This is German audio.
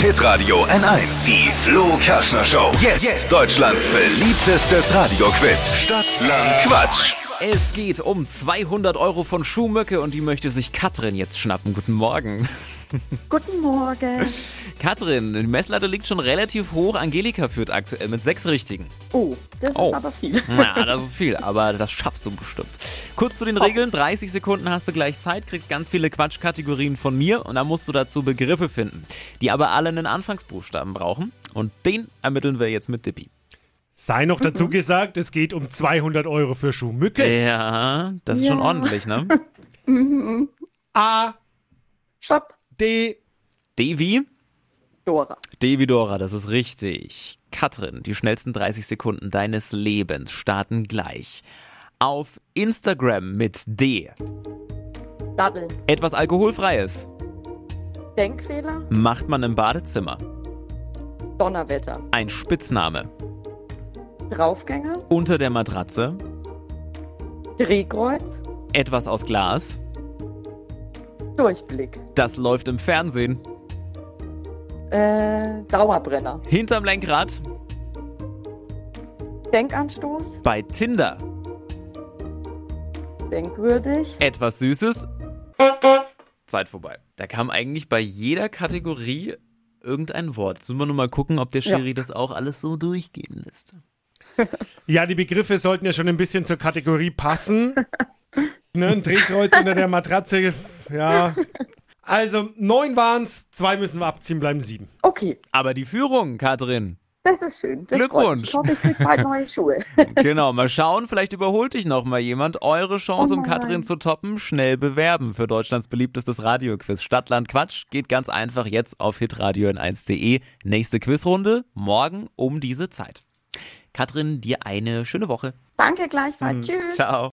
Hitradio N1. Die Flo Kaschner Show. Jetzt, Deutschlands beliebtestes Radioquiz. Stadt, Land, Quatsch. Es geht um 200 Euro von Schuhmöcke und die möchte sich Katrin jetzt schnappen. Guten Morgen. Guten Morgen. Katrin, die Messlatte liegt schon relativ hoch. Angelika führt aktuell mit sechs Richtigen. Oh, das Oh. ist aber viel. Na, das ist viel, aber das schaffst du bestimmt. Kurz zu den Regeln. 30 Sekunden hast du gleich Zeit, kriegst ganz viele Quatschkategorien von mir und dann musst du dazu Begriffe finden, die aber alle einen Anfangsbuchstaben brauchen. Und den ermitteln wir jetzt mit Dippi. Sei noch dazu gesagt, es geht um 200 Euro für Äh. Schuhmücke. Ja, das ist schon Ja. ordentlich, ne? A, Stopp. D, Devi? Dora. Devi Dora, das ist richtig. Katrin, die schnellsten 30 Sekunden deines Lebens starten gleich. Auf Instagram mit D. Daddeln. Etwas Alkoholfreies Denkfehler. macht man im Badezimmer. Donnerwetter. Ein Spitzname. Draufgänger. Unter der Matratze. Drehkreuz. Etwas aus Glas. Durchblick. Das läuft im Fernsehen. Äh, Dauerbrenner. Hinterm Lenkrad. Denkanstoß. Bei Tinder. Denkwürdig. Etwas Süßes. Zeit vorbei. Da kam eigentlich bei jeder Kategorie irgendein Wort. Sollen wir nur mal gucken, ob der Ja. Schiri das auch alles so durchgehen lässt. Ja, die Begriffe sollten ja schon ein bisschen zur Kategorie passen. ne, ein Drehkreuz unter der Matratze, ja. Also neun waren's, zwei müssen wir abziehen, bleiben sieben. Okay, Aber die Führung, Katrin. das ist schön. Das freut Glückwunsch. mich. Ich hoffe, ich krieg bald neue Schuhe. Genau, mal schauen, vielleicht überholt dich noch mal jemand. Eure Chance, Oh um Katrin nein. zu toppen, schnell bewerben für Deutschlands beliebtestes Radioquiz Stadtland Quatsch. Geht ganz einfach jetzt auf hitradio in 1.de. Nächste Quizrunde morgen um diese Zeit. Katrin, dir eine schöne Woche. Danke gleichfalls. Tschüss. Hm. Ciao.